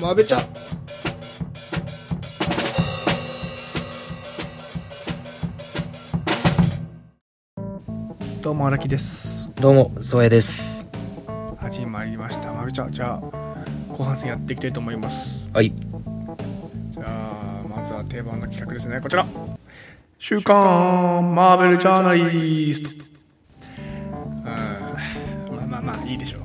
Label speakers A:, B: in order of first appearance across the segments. A: まべちゃどうも荒木です
B: どうも、宗谷です。
A: 始まりましたまべちゃじゃあ後半戦やっていきたいと思います
B: はい。
A: じゃあまずは定番の企画ですねこちら「週刊マーベルジャーナリスト」うんまあまあまあいいでしょう、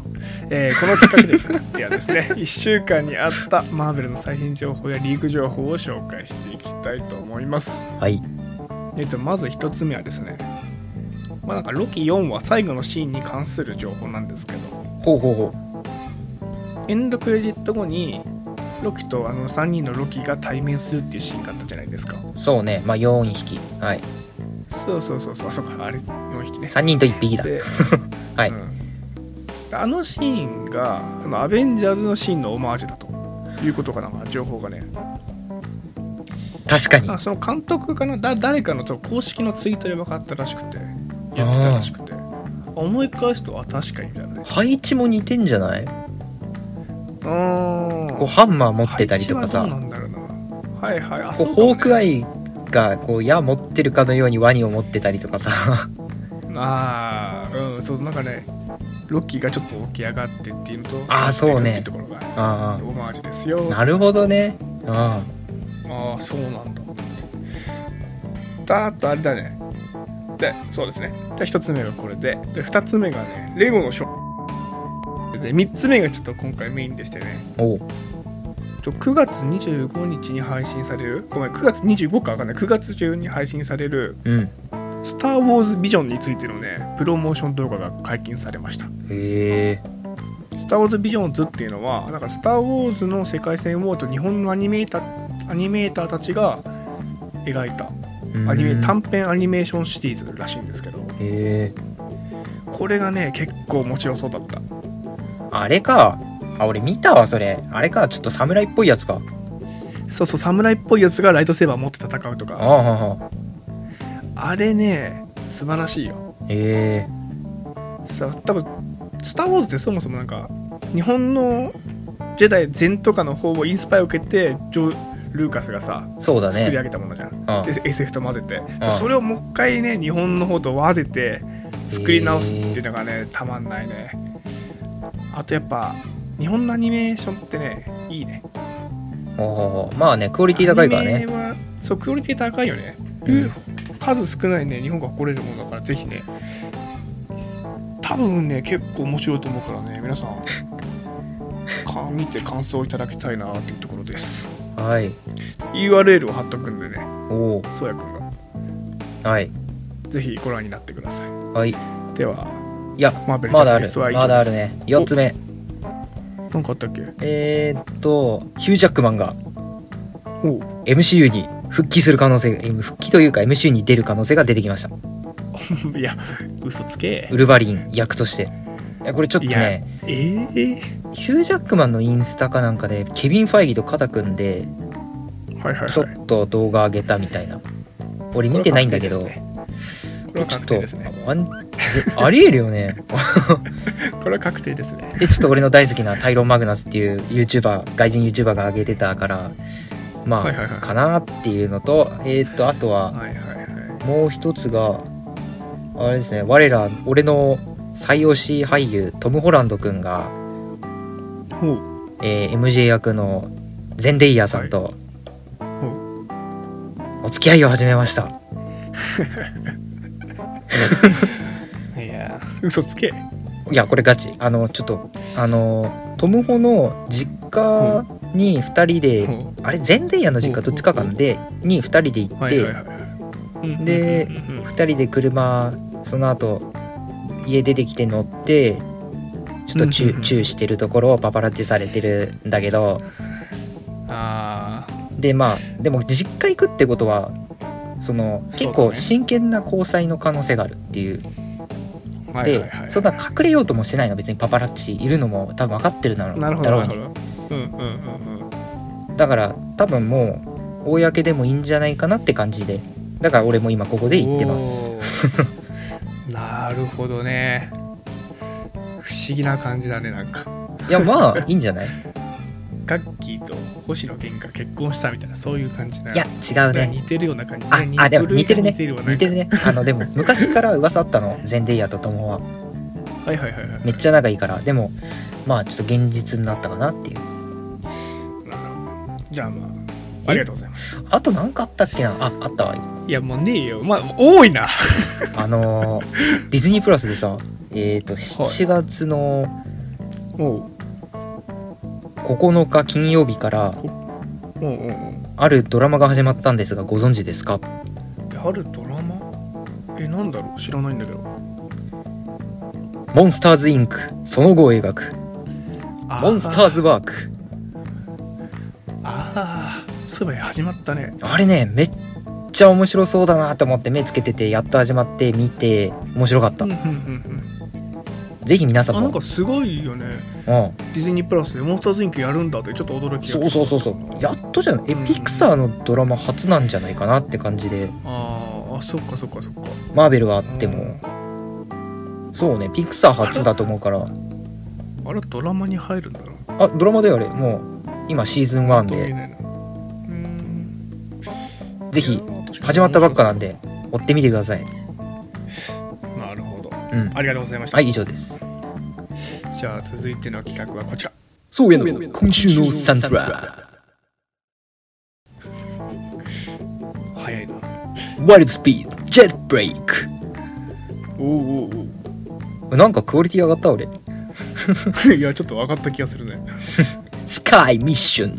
A: えーこの企画でではです ね1週間にあったマーベルの最新情報やリーグ情報を紹介していきたいと思います
B: はい。
A: えっと、まず1つ目はですね、まあ、なんかロキ4は最後のシーンに関する情報なんですけど
B: ほうほうほ
A: エンドクレジット後にロキとあの3人のロキが対面するっていうシーンがあったじゃないですか
B: う。そうね、まあ4匹。はい。
A: そうそうそうそうあそうかあれ4匹ね
B: 3人と1匹だ。
A: で、
B: はい。
A: うんあのシーンがあのアベンジャーズのシーンのオマージュだということかなんか情報がね
B: 確かに。
A: あその監督かなだ誰かのちょっと公式のツイートで分かったらしくてやってたらしくて思い返すとあ確かにみたいなね
B: 配置も似てんじゃない
A: うん
B: こうハンマー持ってたりとか
A: 配置は
B: さ、
A: どうなんだろうなはいはい
B: こ
A: あ
B: う
A: そうかも
B: ホ
A: ね
B: ークアイがこう矢持ってるかのようにワニを持ってたりとかさ。
A: ああうんそうなんかねロッキーがちょっと起き上がってっていうのと
B: あーそうね
A: 立ってるっていうところ
B: あ
A: がオマージュですよ
B: あ。 なるほどね。うん。
A: ああそうなんだだっとあれだねでそうですねで1つ目がこれでで2つ目がねレゴのショーで3つ目がちょっと今回メインでしてね
B: おう。
A: ちょ9月25日に配信されるごめん9月25かわかんない9月中に配信される
B: うん。
A: 「スター・ウォーズ・ビジョン」についてのねプロモーション動画が解禁されました
B: へえ。
A: 「スター・ウォーズ・ビジョンズ」っていうのはなんか「スター・ウォーズ」の世界線をちょっと日本のアニメーターアニメーターたちが描いたアニメ
B: うん
A: 短編アニメーションシリーズらしいんですけど
B: へえ。
A: これがね結構面白そうだった
B: あれか。あ、俺見たわ、それ。あれか、ちょっと侍っぽいやつか。
A: そうそう侍っぽいやつがライトセーバー持って戦うと
B: ああ、
A: か
B: はあはあ。
A: あれね素晴らしいよ
B: へえ。
A: さ多分「スター・ウォーズ」ってそもそもなんか日本のジェダイ全とかの方をインスパイを受けてジョールーカスがさ
B: そうだ
A: 作り上
B: ね。
A: げたものじゃん、
B: うん
A: で SF と混ぜて、で
B: うん
A: それをもう一回ね日本の方と混ぜて作り直すっていうのがねたまんないねあとやっぱ日本のアニメーションってねいいね
B: おおまあね、クオリティ高いから
A: ア
B: ね
A: ニ。メはそうクオリティ高いよね、
B: うん
A: 数少ないね日本が誇れるものだからぜひね多分ね結構面白いと思うからね皆さ んか見て感想をいただきたいなっていうところです
B: はい。
A: URL を貼っとくんでね
B: おお
A: そうやくんが
B: はい。
A: ぜひご覧になってください
B: はい。い
A: では
B: や、
A: マーベル
B: まだある
A: ジャーナリス。トは以上
B: まだあるね。4つ目。
A: 何かあったっけ
B: えー、っと、ヒュージャックマンが
A: おう
B: MCU に復帰する可能性が、うん復帰というか MCU に出る可能性が出てきました。
A: いや嘘つけ
B: ウルヴァリン役として。いやこれちょっと
A: いや
B: ね、
A: ええ
B: ヒュージャックマンのインスタかなんかで、ケビン・ファイギーと肩組んで、
A: はいはいはい
B: ちょっと動画上げたみたいな。俺見てないんだけど、
A: これは
B: ちょっ
A: 確
B: と
A: 定ですね、
B: あんありえるよね。
A: これは確定ですね
B: でちょっと俺の大好きなタイロン・マグナスっていう YouTuber 外人 YouTuber が上げてたからまあ、
A: はいはいはい
B: かなっていうのとえーっとあとは
A: はいはいはい
B: もう一つがあれですね我ら俺の最推し俳優トム・ホランド君が、
A: ほう
B: えー MJ 役のゼンデイヤーさんと
A: ほう
B: お付き合いを始めました、
A: いや嘘つけ
B: いやこれガチあのちょっとあのトム・ホの実家に2人で、
A: ほ
B: あれゼンデイヤーの実家どっちかかんでに2人で行って、
A: うはいはいはいはい
B: で
A: うんうんうんうん
B: 2人で車その後家出てきて乗ってちょっとチ
A: うんうんう
B: ュ
A: ん
B: ーチューしてるところをパパラッチされてるんだけど
A: ああ
B: でまあでも実家行くってことはその結
A: そうだ
B: 構
A: ね
B: 真剣な交際の可能性があるっていう
A: はいはい
B: で
A: はい
B: そんな隠れようともしてないの別にパパラッチいるのも多分分かってるだろう
A: なるほど
B: だろ
A: な
B: う
A: るほ
B: に
A: どうんうんうんうん
B: だから多分もう公でもいいんじゃないかなって感じでだから俺も今ここで行ってます
A: おーなるほどね不思議な感じだねなんか
B: いやまあいいんじゃない
A: ガッキーと星野源が結婚したみたいなそういう感じない
B: や違う
A: なんか
B: ね
A: 似てるような感じ
B: ああでも似てるね
A: 似てるような
B: 似てるねあのでも昔から噂あったのゼンデイヤとトモは
A: はいはいはいはい
B: めっちゃ仲いいからでもまあちょっと現実になったかなっていう
A: なるほどじゃあまあありがとうございます
B: あと何かあったっけなああったわ
A: いやもうねえよまあ多いな
B: あの ーディズニープラスでさえっ、と7月の
A: も
B: 9日金曜日から
A: うもうもうも
B: あるドラマが始まったんですがご存知ですか
A: うえあるドラマえなんだろう知らないんだけど
B: モンスターズインクその後を描く
A: あ
B: モンスターズワーク
A: ああそういえば始まったね
B: あれねめっちゃ面白そうだなと思って目つけててやっと始まって見て面白かった、
A: うんうんうん
B: ぜひ皆
A: うん
B: さ
A: あ
B: んも
A: なんかすごいよね
B: うん、
A: ディズニープラスでモンスターズインクやるんだってちょっと驚きだけ
B: そ
A: ど
B: うそうそうそうやっとじゃないえ
A: うん
B: ピクサーのドラマ初なんじゃないかなって感じで
A: あーあそっかそっかそっか
B: マーベルがあっ
A: うん
B: てもそうねピクサー初だと思うから
A: あれドラマに入るんだろう
B: あドラマだよあれもう今シーズン1
A: と見え
B: で
A: ないなうん
B: ぜひ始まったばっかなんで追ってみてください
A: なるほど
B: うん
A: ありがとうございました、
B: はい以上です
A: じゃあ続いての企画はこちら
B: そうやの今週のサントラ
A: 早いな
B: ワイルドスピードジェットブレイク
A: おおお
B: なんかクオリティ上がった俺
A: お いやちょっと分かった気がするね
B: スカイミッション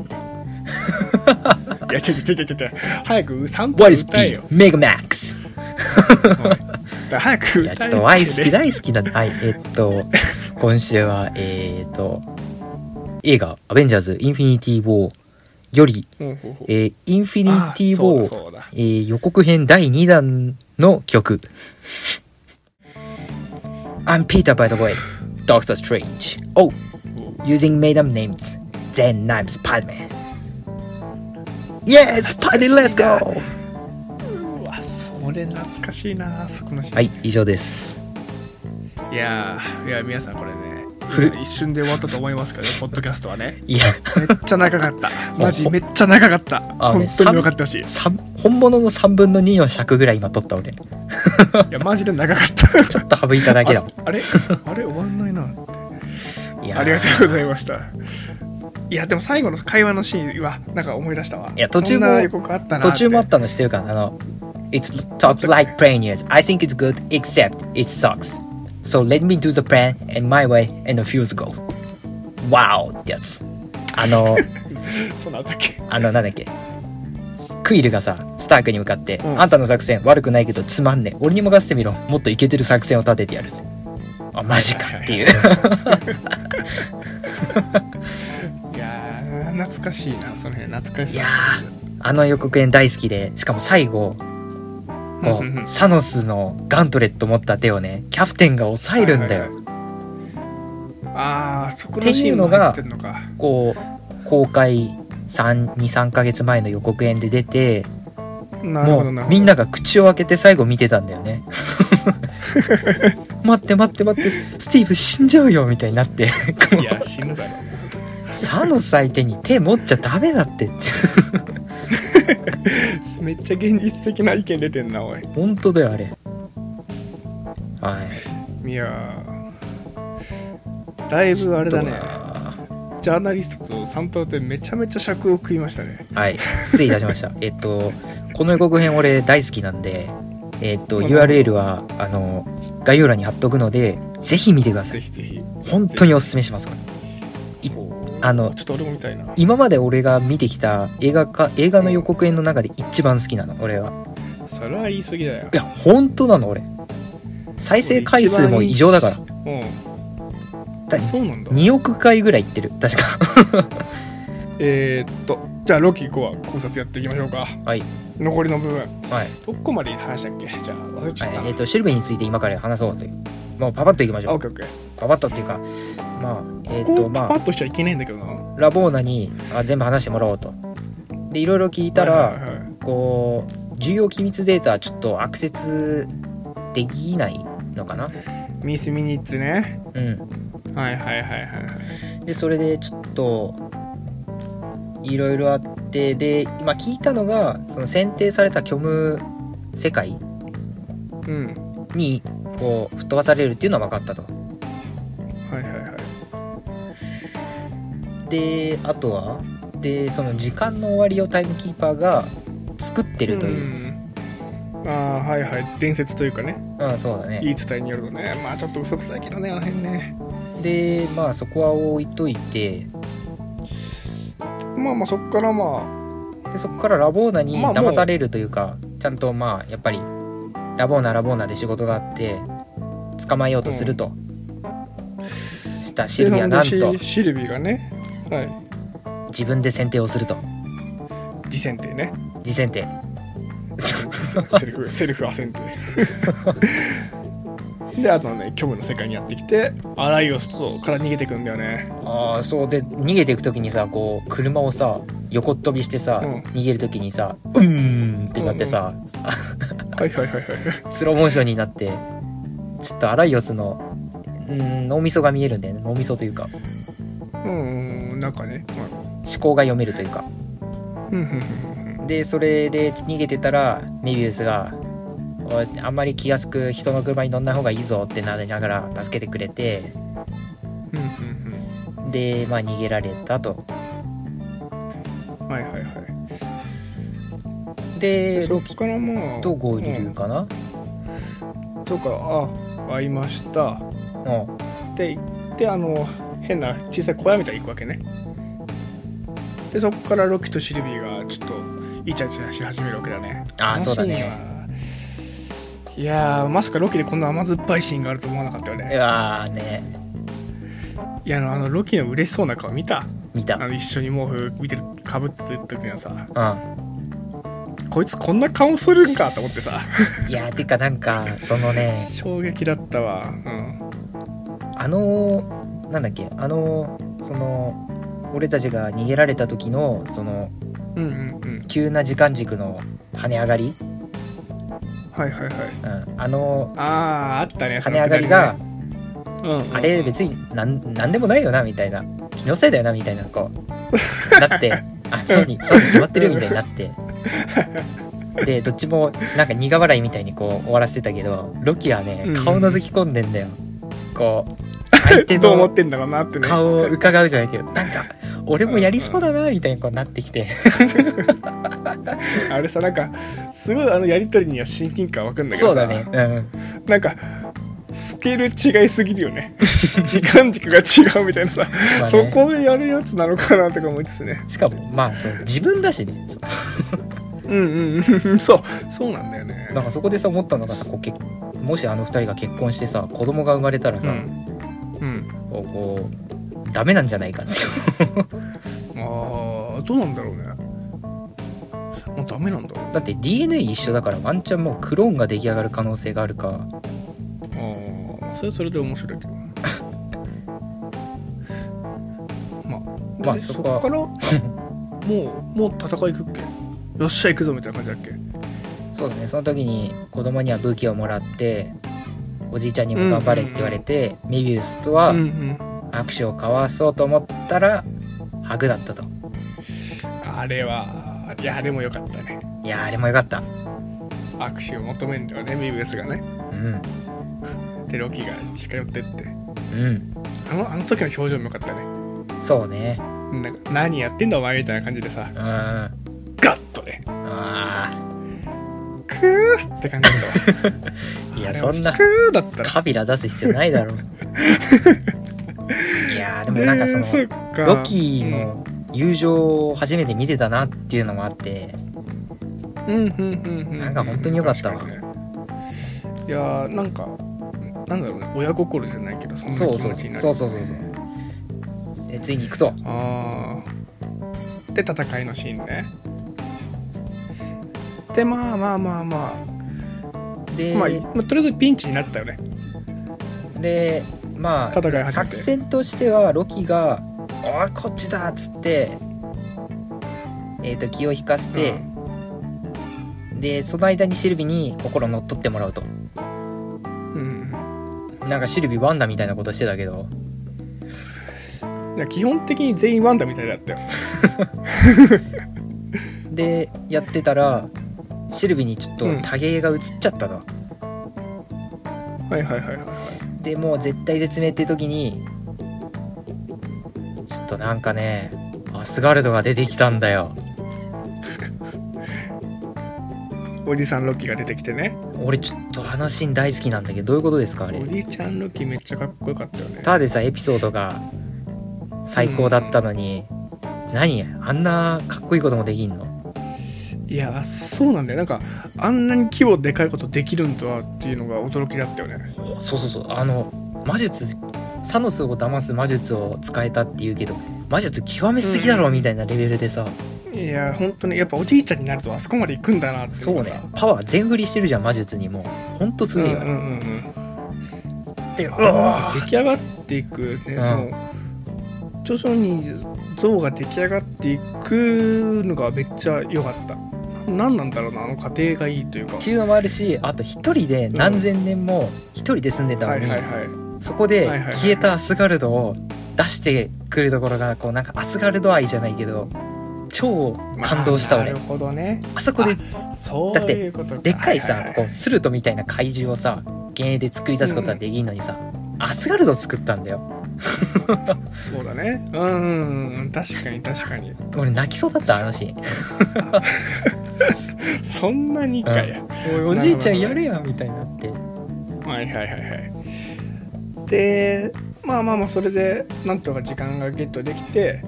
A: いやちょちょちょちょちょ早く3
B: ワイル
A: 分
B: ドスピ
A: 歌え
B: ー
A: よ
B: ドメガマックス
A: おい早く歌え
B: い
A: よ
B: やちょっとワイルドスピー ド
A: ね
B: 大好きなんではいえっと今週はえっと映画「アベンジャーズインフィニティ・ウォー」より、
A: ほうほうほう
B: えーインフィニティ・ウ
A: あー
B: ォー
A: そうだそうだ
B: えー予告編第2弾の曲。I'm Peter, by the way. Doctor Strange. Oh, using made up names. Then I'm Spider-Man. Yes, Spider, let's go!
A: うわそれ懐かしいなそこのシーン
B: はい、以上です。
A: いやーいや皆さんこれね
B: 古っ
A: 今一瞬で終わったと思いま すけど、ポッドキャストはね
B: いや、
A: めっちゃ長か ったマジめっちゃ長かった
B: あの
A: 本
B: ね
A: 当に分かってほしいい
B: 三本物の3分の2の尺ぐらい今取った俺。ちょ
A: やマジで長かった
B: っと省いただけだも
A: ああれあれ終わんないなって
B: ん。いやー
A: ありがとうございましたいやでも最後の会話のシーンはなんか思い出したわ
B: いや途中も
A: そんな予告あったなって
B: 途中もあったの知ってるからあの It's top like plain years I think it's good except it sucks So let me do the plan and my way and a few go Wow ってやつあの
A: そうなんだっけ
B: あのなんだっけクイルがさスタークに向かって、
A: ん
B: あんたの作戦悪くないけどつまんねえ俺に任せてみろもっとイケてる作戦を立ててやるあマジかっていう
A: いやー懐かしいなその辺懐かし
B: い
A: さ
B: やーあの予告編大好きでしかも最後こ
A: うんうんうん
B: うサノスのガントレット持った手をねキャプテンが抑えるんだよ、
A: はいはいあーそこのシーンも入ってんのか
B: こう公開323ヶ月前の予告編で出て
A: なる
B: も
A: ほどなるほど
B: うみんなが口を開けて最後見てたんだよ ね待って待って待ってスティーブ死んじゃうよみたいになって
A: いや死ぬだろうな
B: サノス相手に手持っちゃダメだって
A: めっちゃ現実的な意見出てんなおい
B: 本当だよあれはい
A: いやーだいぶあれだねジャーナリストとサントラってめちゃめちゃ尺を食いましたね
B: はい失礼いたしました えっとこの予告編俺大好きなんでえっと
A: うん
B: URL はあの概要欄に貼っとくのでぜひ見てくださ
A: ぜ
B: い
A: ひぜひ
B: 本当におすすめしますこれいあの
A: ちょっと俺も見たいな
B: 今まで俺が見てきた映画か映画の予告編の中で一番好きなの俺は
A: それは言い過ぎだよ
B: いや本当なの俺再生回数も異常だから
A: うん
B: だ
A: そうなんだ
B: 2億回ぐらい行ってる確か
A: えー、っとじゃあロキ5は考察やっていきましょうか
B: はい
A: 残りの部分
B: はい、
A: どこまで話したっけじゃあ忘れちゃったな、
B: えっとシルベについて今から話そうというもうパパッといきまし
A: あ
B: ょ
A: オッ
B: う
A: ケーオッケー
B: パパッとっていうかまあえっ、
A: こ
B: と
A: こパ
B: ま
A: パ
B: あ
A: ッとしちゃいけないんだけどな、
B: ラボーナにあ全部話してもらおうとでいろいろ聞いたら、
A: はいはいはい
B: こう重要機密データちょっとアクセスできないのかな
A: ミス・ミニッツね
B: うん
A: はいはいはいはいはい
B: でそれでちょっといろいろあってで今聞いたのがその選定された虚無世界
A: うん
B: にこう吹っ飛ばされるっていうのは分かったと
A: はいはいはい
B: であとはでその時間の終わりをタイムキーパーが作ってるという、
A: うん、ああーはいはい伝説というかね
B: うんそうだね
A: 言い伝えによるとねまあちょっと嘘くさいけどねあの辺ね
B: でまあそこは置いといて
A: まあまあそっからま
B: でそこからラボーナに
A: まあもう
B: 騙されるというかちゃんとまあやっぱりラボーナラボーナで仕事があって捕まえようとすると、した
A: あ
B: シルビアなんと
A: シシルビーがねはい
B: 自分で選定をすると
A: 次戦定ね
B: 自選定
A: セルフ セルフアセン定 であとね虚無の世界にやってきてアライオスとから逃げてくんだよね
B: ああそうで逃げていく時にさこう車をさ横っ飛びしてさ、
A: うん
B: 逃げる時にさ「うーん」ってなってさ、
A: はいはいはいはい
B: スローモーションになってちょっと荒いやつのうーん脳みそが見えるんだよね脳みそというか
A: うんうんなんかね、ま
B: 思考が読めるというか
A: あ、うんうんうん
B: でそれで逃げてたらメビウスが「おいあんまり気安く人の車に乗んない方がいいぞ」ってなりながら助けてくれて
A: うんうん
B: でまあ逃げられたと
A: うんはいはいはい
B: で
A: そ
B: ロ
A: っ
B: キ
A: からまあ
B: と合流かな
A: うんとかあ会いました
B: うん、
A: で行ってあの変な小さい小屋みたいに行くわけねでそこからロキとシルビーがちょっとイチャイチャし始めるわけだね
B: あー
A: この
B: そうだね
A: シーンはいやーまさかロキでこんな甘酸っぱいシーンがあると思わなかったよ
B: う
A: ね
B: わーね
A: いやあのあのロキの嬉しそうな顔見た
B: 見た
A: あの一緒に毛布見てるかぶってた時のさ
B: う
A: こいつこんな顔するんかと思ってさ
B: んいやーてかなんかそのね
A: 衝撃だったわうん
B: あのーなんだっけあのーその俺たちが逃げられた時のその
A: うんうんうん
B: 急な時間軸の跳ね上がり、
A: はいはいはい
B: うん、あの
A: あああったね
B: 跳ね上がりが、
A: そのくだりねうんうんうん
B: あれ別になんなんでもないよなみたいな気のせいだよなみたいなこうなって あそうにそうに決まってるみたいになってでどっちもなんか苦笑いみたいにこう終わらせてたけどロキはね
A: うんうん
B: 顔覗き込んでんだよ、こ う相手
A: どう思っ
B: の
A: てんだろうなってね
B: 顔を伺うじゃないけどなんか俺もやりそうだなみたいにこうなってきて
A: あれさなんかすごいあのやり取りには親近感わかんだけど
B: そ
A: さ
B: うだねう
A: なんかスケール違いすぎるよね時間軸が違うみたいなさ、
B: あね
A: そこでやるやつなのかなとか思いつつね
B: んしかもまあそう自分だしねそう
A: うんうんうんそうそうなんだよね
B: なんかそこでさ思ったのがさこう結もしあの二人が結婚してさ子供が生まれたら
A: う
B: さ、
A: ん、うん、
B: こうこうダメなんじゃないかって
A: ああどうなんだろうねもうダメなんだろう
B: だって DNA 一緒だからワンチャンもうクローンが出来上がる可能性があるか
A: ああそれはそれで面白いけどまあ、
B: まあ
A: で
B: そ
A: そ
B: こは
A: こからもうもう戦い行くっけよっしゃ行くぞみたいな感じだっ
B: そうだねその時に子供には武器をもらっておじいちゃんにも頑張れって言われて、メビウスと
A: け
B: は
A: うんうん
B: 握手を交わそうと思ったらハグだったと
A: あれはいやあれも良かったね
B: いやーあれもよかった
A: 握手を求めるんだよねミブスがね
B: うん
A: でロキが近寄ってって
B: うん
A: あのあの時の表情も良かったね
B: そうね
A: なんか何やってんだお前みたいな感じでさ
B: うんあ
A: ガッとね
B: あ
A: クーって感じだった わ
B: いや
A: あれは
B: そんな
A: クーだったら
B: カビラ出す必要ないだろう いやーでもなんかその
A: でっか
B: ロキの友情を初めて見てたなっていうのもあって、
A: うんうんうんうん
B: なんか本当に良かったわ
A: 確かにねいやーなんかなんだろうね親心じゃないけどそんな気
B: そうそう
A: 持ちになる
B: そうそうそうそうでついに行くと
A: あーで戦いのシーンねでまあまあまあまあ、
B: で,、
A: まあい、まあとりあえずピンチになったよね
B: でま
A: 戦い始め
B: あ
A: て
B: 作戦としてはロキが「おいこっちだ!」っつって、えー、と気を引かせて、でその間にシルビに心乗っ取ってもらうと
A: うん
B: なんかシルビワンダみたいなことしてたけど
A: いや基本的に全員ワンダみたいだったよ
B: でやってたらシルビにちょっと
A: うん
B: 多芸が映っちゃったと、
A: はいはいはいはいはい
B: でもう絶対絶命って時にちょっとなんかねアスガルドが出てきたんだよ
A: おじさんロッキーが出てきてね
B: 俺ちょっとあのシーン大好きなんだけどどういうことですかあれ
A: おじちゃんロッキーめっちゃかっこよかったよね
B: ただでさエピソードが最高だったのに、何あんなかっこいいこともできんの
A: いやそうなんだよなんかあんなに規模でかいことできるんだっていうのが驚きだったよね
B: そうそうそうあの魔術サノスを騙す魔術を使えたって言うけど魔術極めすぎだろみたいなレベルでさ、
A: いや本当にやっぱおじいちゃんになるとあそこまで行くんだなってい
B: そう
A: の
B: う
A: がさ
B: ねパワー全振りしてるじゃん魔術にもうほんとす
A: うん
B: げ
A: う
B: え
A: ん
B: よ、
A: うんうん
B: でう
A: な
B: わー
A: んか出来上がっていくね、
B: うん
A: その徐々に像が出来上がっていくのがめっちゃ良かった何なんだろうなあの過程がいいというか
B: っていうのもあるしあと一人で何千年も一人で住んでたの
A: はい
B: に、
A: はいは
B: そこで
A: はいはいはい
B: 消えたアスガルドを出してくるところがこうなんかアスガルド愛じゃないけど超
A: い
B: 感動した俺、
A: まあなるほどね
B: あ、そこで
A: そういうこと
B: でっかいさ、
A: はは
B: こうスルトみたいな怪獣をさ幻影で作り出すことはできんのにさ、アスガルドを作ったんだよ
A: そうだねうんうんうん確かに確かに
B: 俺泣きそうだったあのシー
A: そんなにかや、
B: ンおじいちゃんやれやみたいになって
A: はいはいはいはいでまあまあまあそれでなんとか時間がゲットできて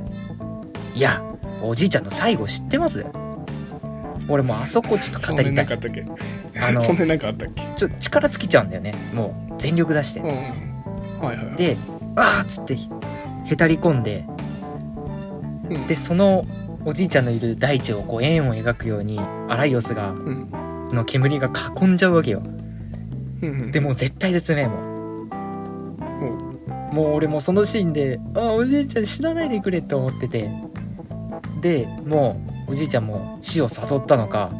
B: いやおじいちゃんの最後知ってます俺もうあそこちょっと語りた
A: ないかあったっけ
B: あの
A: そんななんかあったっけ
B: ちょ力尽きちゃうんだよねもう全力出して
A: うんうんはいはいはい
B: で「あーっつってへたり込んで
A: うん
B: でそのおじいちゃんのいる大地をこう円を描くようにアライオスが
A: うん
B: の煙が囲んじゃうわけよ
A: うんうん
B: でもう絶対絶命も
A: お
B: もう俺もうそのシーンで「あーおじいちゃん死なないでくれ」と思っててでもうおじいちゃんも死を悟ったのか「は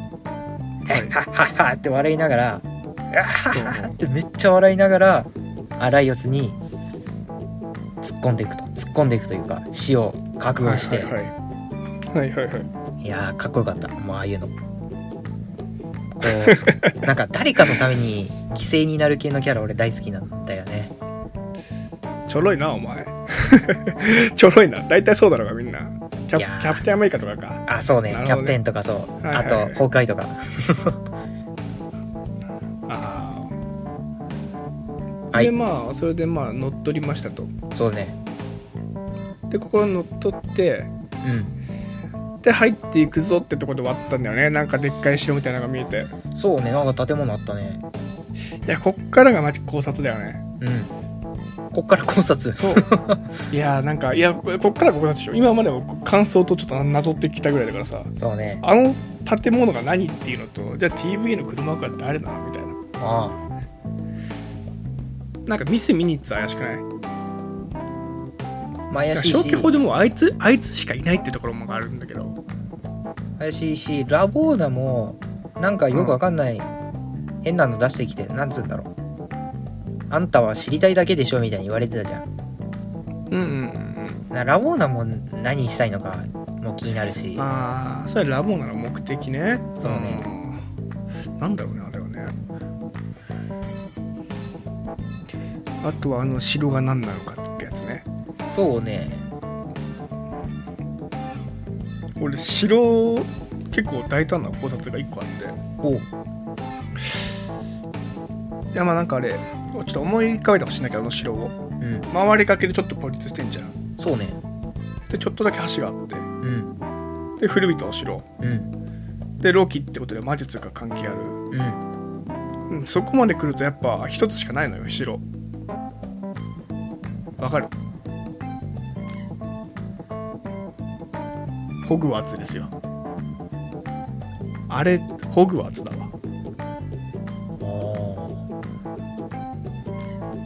A: は
B: っ
A: い
B: はっはっは」って笑いながら「あはっはっは」ってめっちゃ笑いながらアライオスに突っ込んでいくと突っ込んでいくというか死を覚悟して、
A: はいはいはいはいはい
B: いやーかっこよかったもうああいうのこ うなんか誰かのために犠牲になる系のキャラ俺大好きなんだよね
A: ちょろいなお前 ちょろいな大体そうだろうがみんなキャ
B: いやー
A: プキャプテンアメリカとかか
B: あそうね
A: なるほ
B: キ
A: どね
B: ャプテンとかそう、
A: はいはいはい
B: あと崩壊とか
A: ああ、
B: はい
A: でまあそれでまあ乗っ取りましたと
B: そうね
A: でここに乗っ取って
B: う
A: で入っていくぞってとこで終わったんだよねなんかでっかい城みたいなのが見えて
B: んそうねなんか建物あったね
A: いやこっからがマジ考察だよね
B: うんこっから考察
A: と いやーなんかいやここっからここだでしょ今までもこう感想とちょっとなぞってきたぐらいだからさ
B: そうね
A: あの建物が何っていうのとじゃあ TVA の車枠は誰なのみたいな
B: あ
A: なんかミス・ミニッツ怪しくない
B: あまあ怪しい
A: 消
B: し
A: 去法でもうあいつあいつしかいないってところもあるんだけど
B: 怪しいしラボーナもなんかよくわかんない、変なの出してきてなんつうんだろうあんたは知りたいだけでしょみたいに言われてたじゃん
A: うんうんうん
B: なラボーナも何したいのかも気になるし
A: ああそれラボナの目的ね
B: そうね
A: うんなんだろうねあれはねあとはあの城が何なのかってやつね
B: そうね
A: 俺城結構大胆な考察が1個あって
B: お
A: いやまあなんかあれちょっと思い浮かべてほしいんだけどあの城を
B: うん
A: 回りかけでちょっと孤立してんじゃん
B: そうね
A: でちょっとだけ橋があって
B: うん
A: で古びたお城
B: うん
A: でロキってことで魔術が関係ある、
B: うん
A: うん、そこまで来るとやっぱ一つしかないのよ城わかるホグワーツですよあれホグワーツだわ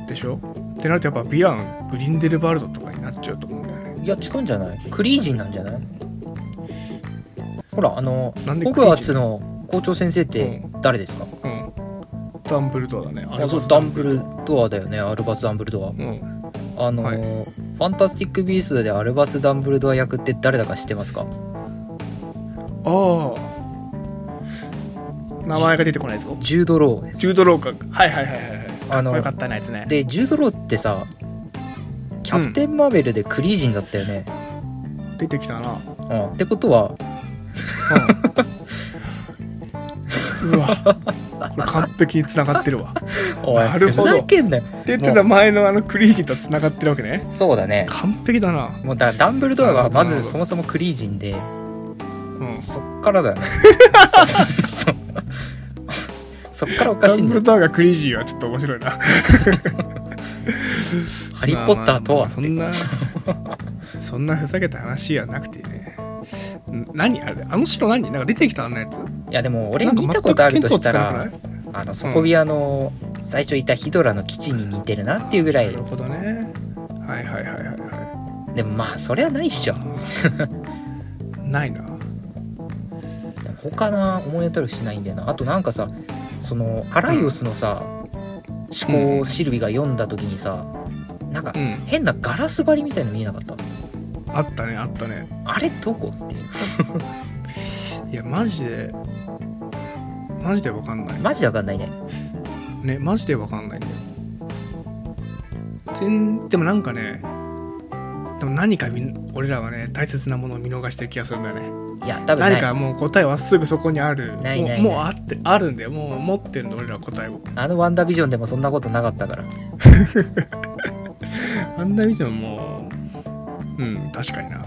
B: あ
A: でしょってなるとやっぱヴィラングリンデルバルドとかになっちゃうと思うんだよ
B: あ
A: ね
B: いや違うんじゃないクリージンなんじゃないほらあの
A: なんで
B: ホ
A: クリージン
B: グワーツの校長先生って誰ですか、
A: うんダンブルドアだね
B: あそうダンブルドアだよねアルバス・ダンブルドア、
A: うん
B: あの、
A: はい
B: ファンタスティック・ビーストでアルバス・ダンブルドア役って誰だか知ってますか
A: ああ名前が出てこないぞ
B: ジュード・ローです
A: ジュード・ローカーはいはいはいはいはいか
B: あ
A: っ
B: の
A: こよかったなやつね
B: でジュード・ローってさキャプテン・マーベルでクリージンだったよね、
A: 出てきたな
B: うんってことは
A: うわこれ完璧に繋がってるわ
B: おい
A: なるほど
B: ふざけんなよ
A: 出てた前のあのクリージーと繋がってるわけね
B: そうだね
A: 完璧だな
B: もうだダンブルドアがま
A: なるほ
B: ず
A: ど
B: そもそもクリージンで
A: うん
B: そっから だよねそ そそっからおか
A: ダ
B: しい
A: ン
B: ん
A: ブ
B: だよ
A: ルドアがクリージーはちょっと面白いな
B: ハリー・ポッターとはって
A: まあまあまあそんな そんなふざけた話はなくてねん何あれあの城何なんか出てきたあんなやつ
B: いやでも俺
A: なんか
B: 見たことあるとしたら
A: 全く見
B: あの底火あの最初いたヒドラの基地に似てるなっていうぐら
A: ないるほどねはいはいはいはいは
B: でもまあそれはないっしょ
A: いないな
B: 他な思い当たるしないんだよなあとなんかさそのアライオスのさ思考をシルビが読んだ時にさなんか
A: うん
B: 変なガラス張りみたいの見えなかった
A: あったねあったね
B: あれどこって
A: いやマジでマジでわかんない
B: マジでわかんないね
A: ねマジでわかんないんだよ全でもなんかねでも何かみ俺らはね大切なものを見逃してる気がするんだよね
B: いや多分な
A: 何
B: い
A: かもう答えはすぐそこにある
B: ないないな
A: もう
B: い
A: もうあってあるんだよもう持ってるんだ俺らは答えを
B: あのワンダービジョンでもそんなことなかったから
A: あんな見てももううん確かにな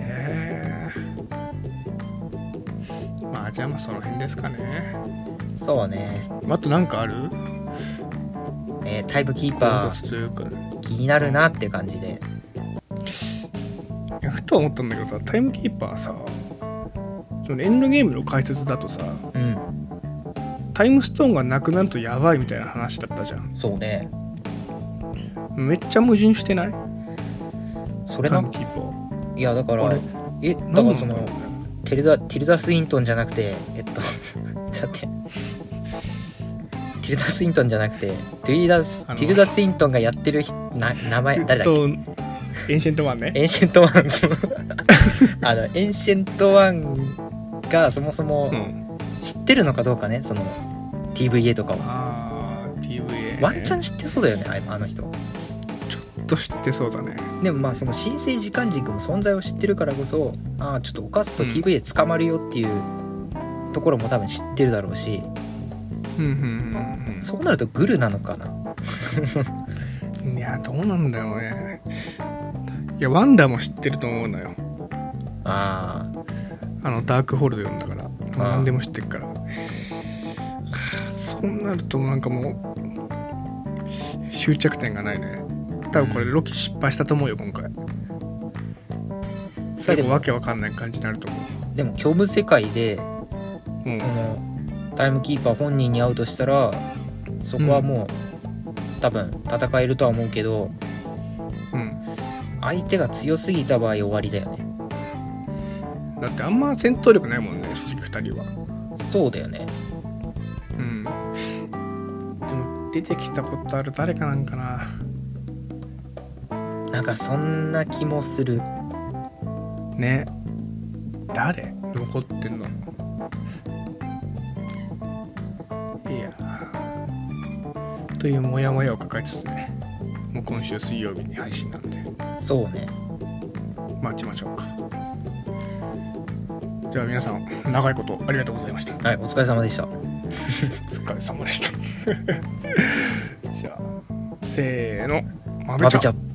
A: えー、まあじゃあまあその辺ですかね
B: そうね
A: あとなんかある
B: えータイムキー
A: 考
B: パ
A: 察というか
B: ー気になるなって感じで
A: いやふと思ったんだけどさタイムキーパーさそのエンドゲームの解説だとさ
B: うん
A: タイムストーンがなくなるとやばいみたいな話だったじゃん
B: そうね
A: めっちゃ矛盾してない
B: それ
A: タイ
B: な
A: ムキーパー
B: いやだから
A: あれ
B: えだか
A: 何
B: ら
A: な
B: そ
A: んだ
B: の
A: ろうね
B: テルダティルダ・スウィントンじゃなくてえっと ちょっと待ってティルダ・スウィントンじゃなくてティルダス
A: あの
B: ティルダ・スウィントンがやってる人な名前誰だっ
A: えっとエンシェントワン
B: け
A: ね
B: エンシェントワン そうあのエンシェントワンがそもそも
A: うん
B: 知ってるのかどうかねその TVA とかを
A: あー TVA
B: ワンチャン
A: ン
B: 知ってそうだよねああの人
A: と知ってそうだね
B: でもまあその新生時間軸の存在を知ってるからこそああちょっと犯すと TVA 捕まるよっていうところも多分知ってるだろうし、
A: うんうん
B: そうなるとグルなのかな
A: うんうんいやどうなんだろうねいやワンダも知ってると思うのよ
B: ああ
A: あのダークホールド読んだから
B: あ
A: 何でも知ってるからそうなるとなんかもう終着点がないね多分これロキ失敗したと思うよ今回最後わけわかんない感じになると思
B: でも虚無世界で、
A: う、うん
B: そのタイムキーパー本人に会うとしたらそこはもう、多分戦えるとは思うけど
A: うん、
B: 相手が強すぎた場合終わりだよね
A: だってあんま戦闘力ないもんね正直2人は
B: そうだよね
A: うんでも出てきたことある誰かなんかな
B: なんかそんな気もする
A: ね誰残ってんのいやーというモヤモヤを抱えつつねもう今週水曜日に配信なんで
B: そうね
A: 待ちましょうかでは皆さん長いことありがとうございました
B: はいお疲れ様でした
A: お疲れ 様でしたじゃあせーのま
B: まぶちゃん